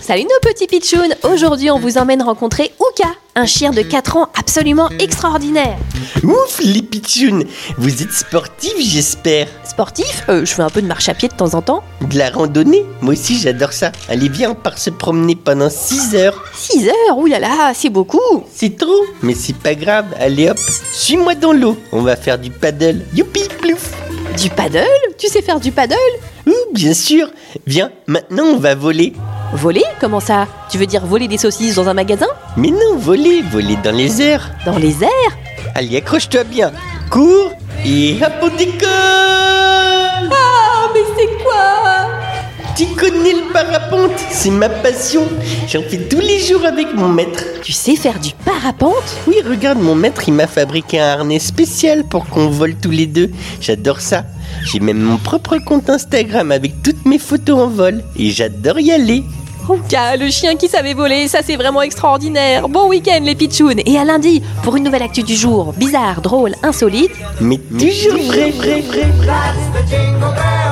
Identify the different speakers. Speaker 1: Salut nos petits pitchouns Aujourd'hui, on vous emmène rencontrer Ouka, un chien de 4 ans absolument extraordinaire.
Speaker 2: Ouf, les pitchounes Vous êtes sportifs, j'espère
Speaker 1: Sportif, euh, je fais un peu de marche à pied de temps en temps.
Speaker 2: De la randonnée Moi aussi, j'adore ça. Allez, viens, on part se promener pendant 6 heures.
Speaker 1: 6 heures, oulala, c'est beaucoup
Speaker 2: C'est trop, mais c'est pas grave. Allez, hop, suis-moi dans l'eau. On va faire du paddle. Youpi, plouf
Speaker 1: Du paddle Tu sais faire du paddle
Speaker 2: Ouh, bien sûr Viens, maintenant, on va voler.
Speaker 1: Voler Comment ça Tu veux dire voler des saucisses dans un magasin
Speaker 2: Mais non, voler, voler dans les airs.
Speaker 1: Dans les airs
Speaker 2: Allez, accroche-toi bien. Cours et hop, on décolle
Speaker 1: Ah, mais c'est quoi
Speaker 2: Tu connais le parapente, c'est ma passion. J'en fais tous les jours avec mon maître.
Speaker 1: Tu sais faire du parapente
Speaker 2: Oui, regarde, mon maître, il m'a fabriqué un harnais spécial pour qu'on vole tous les deux. J'adore ça. J'ai même mon propre compte Instagram avec toutes mes photos en vol. Et j'adore y aller.
Speaker 1: Ouka, le chien qui savait voler, ça c'est vraiment extraordinaire Bon week-end les pitchounes Et à lundi pour une nouvelle actu du jour. Bizarre, drôle, insolite.
Speaker 2: Mais toujours vrai, vrai, vrai. vrai.
Speaker 3: That's the jingle bell.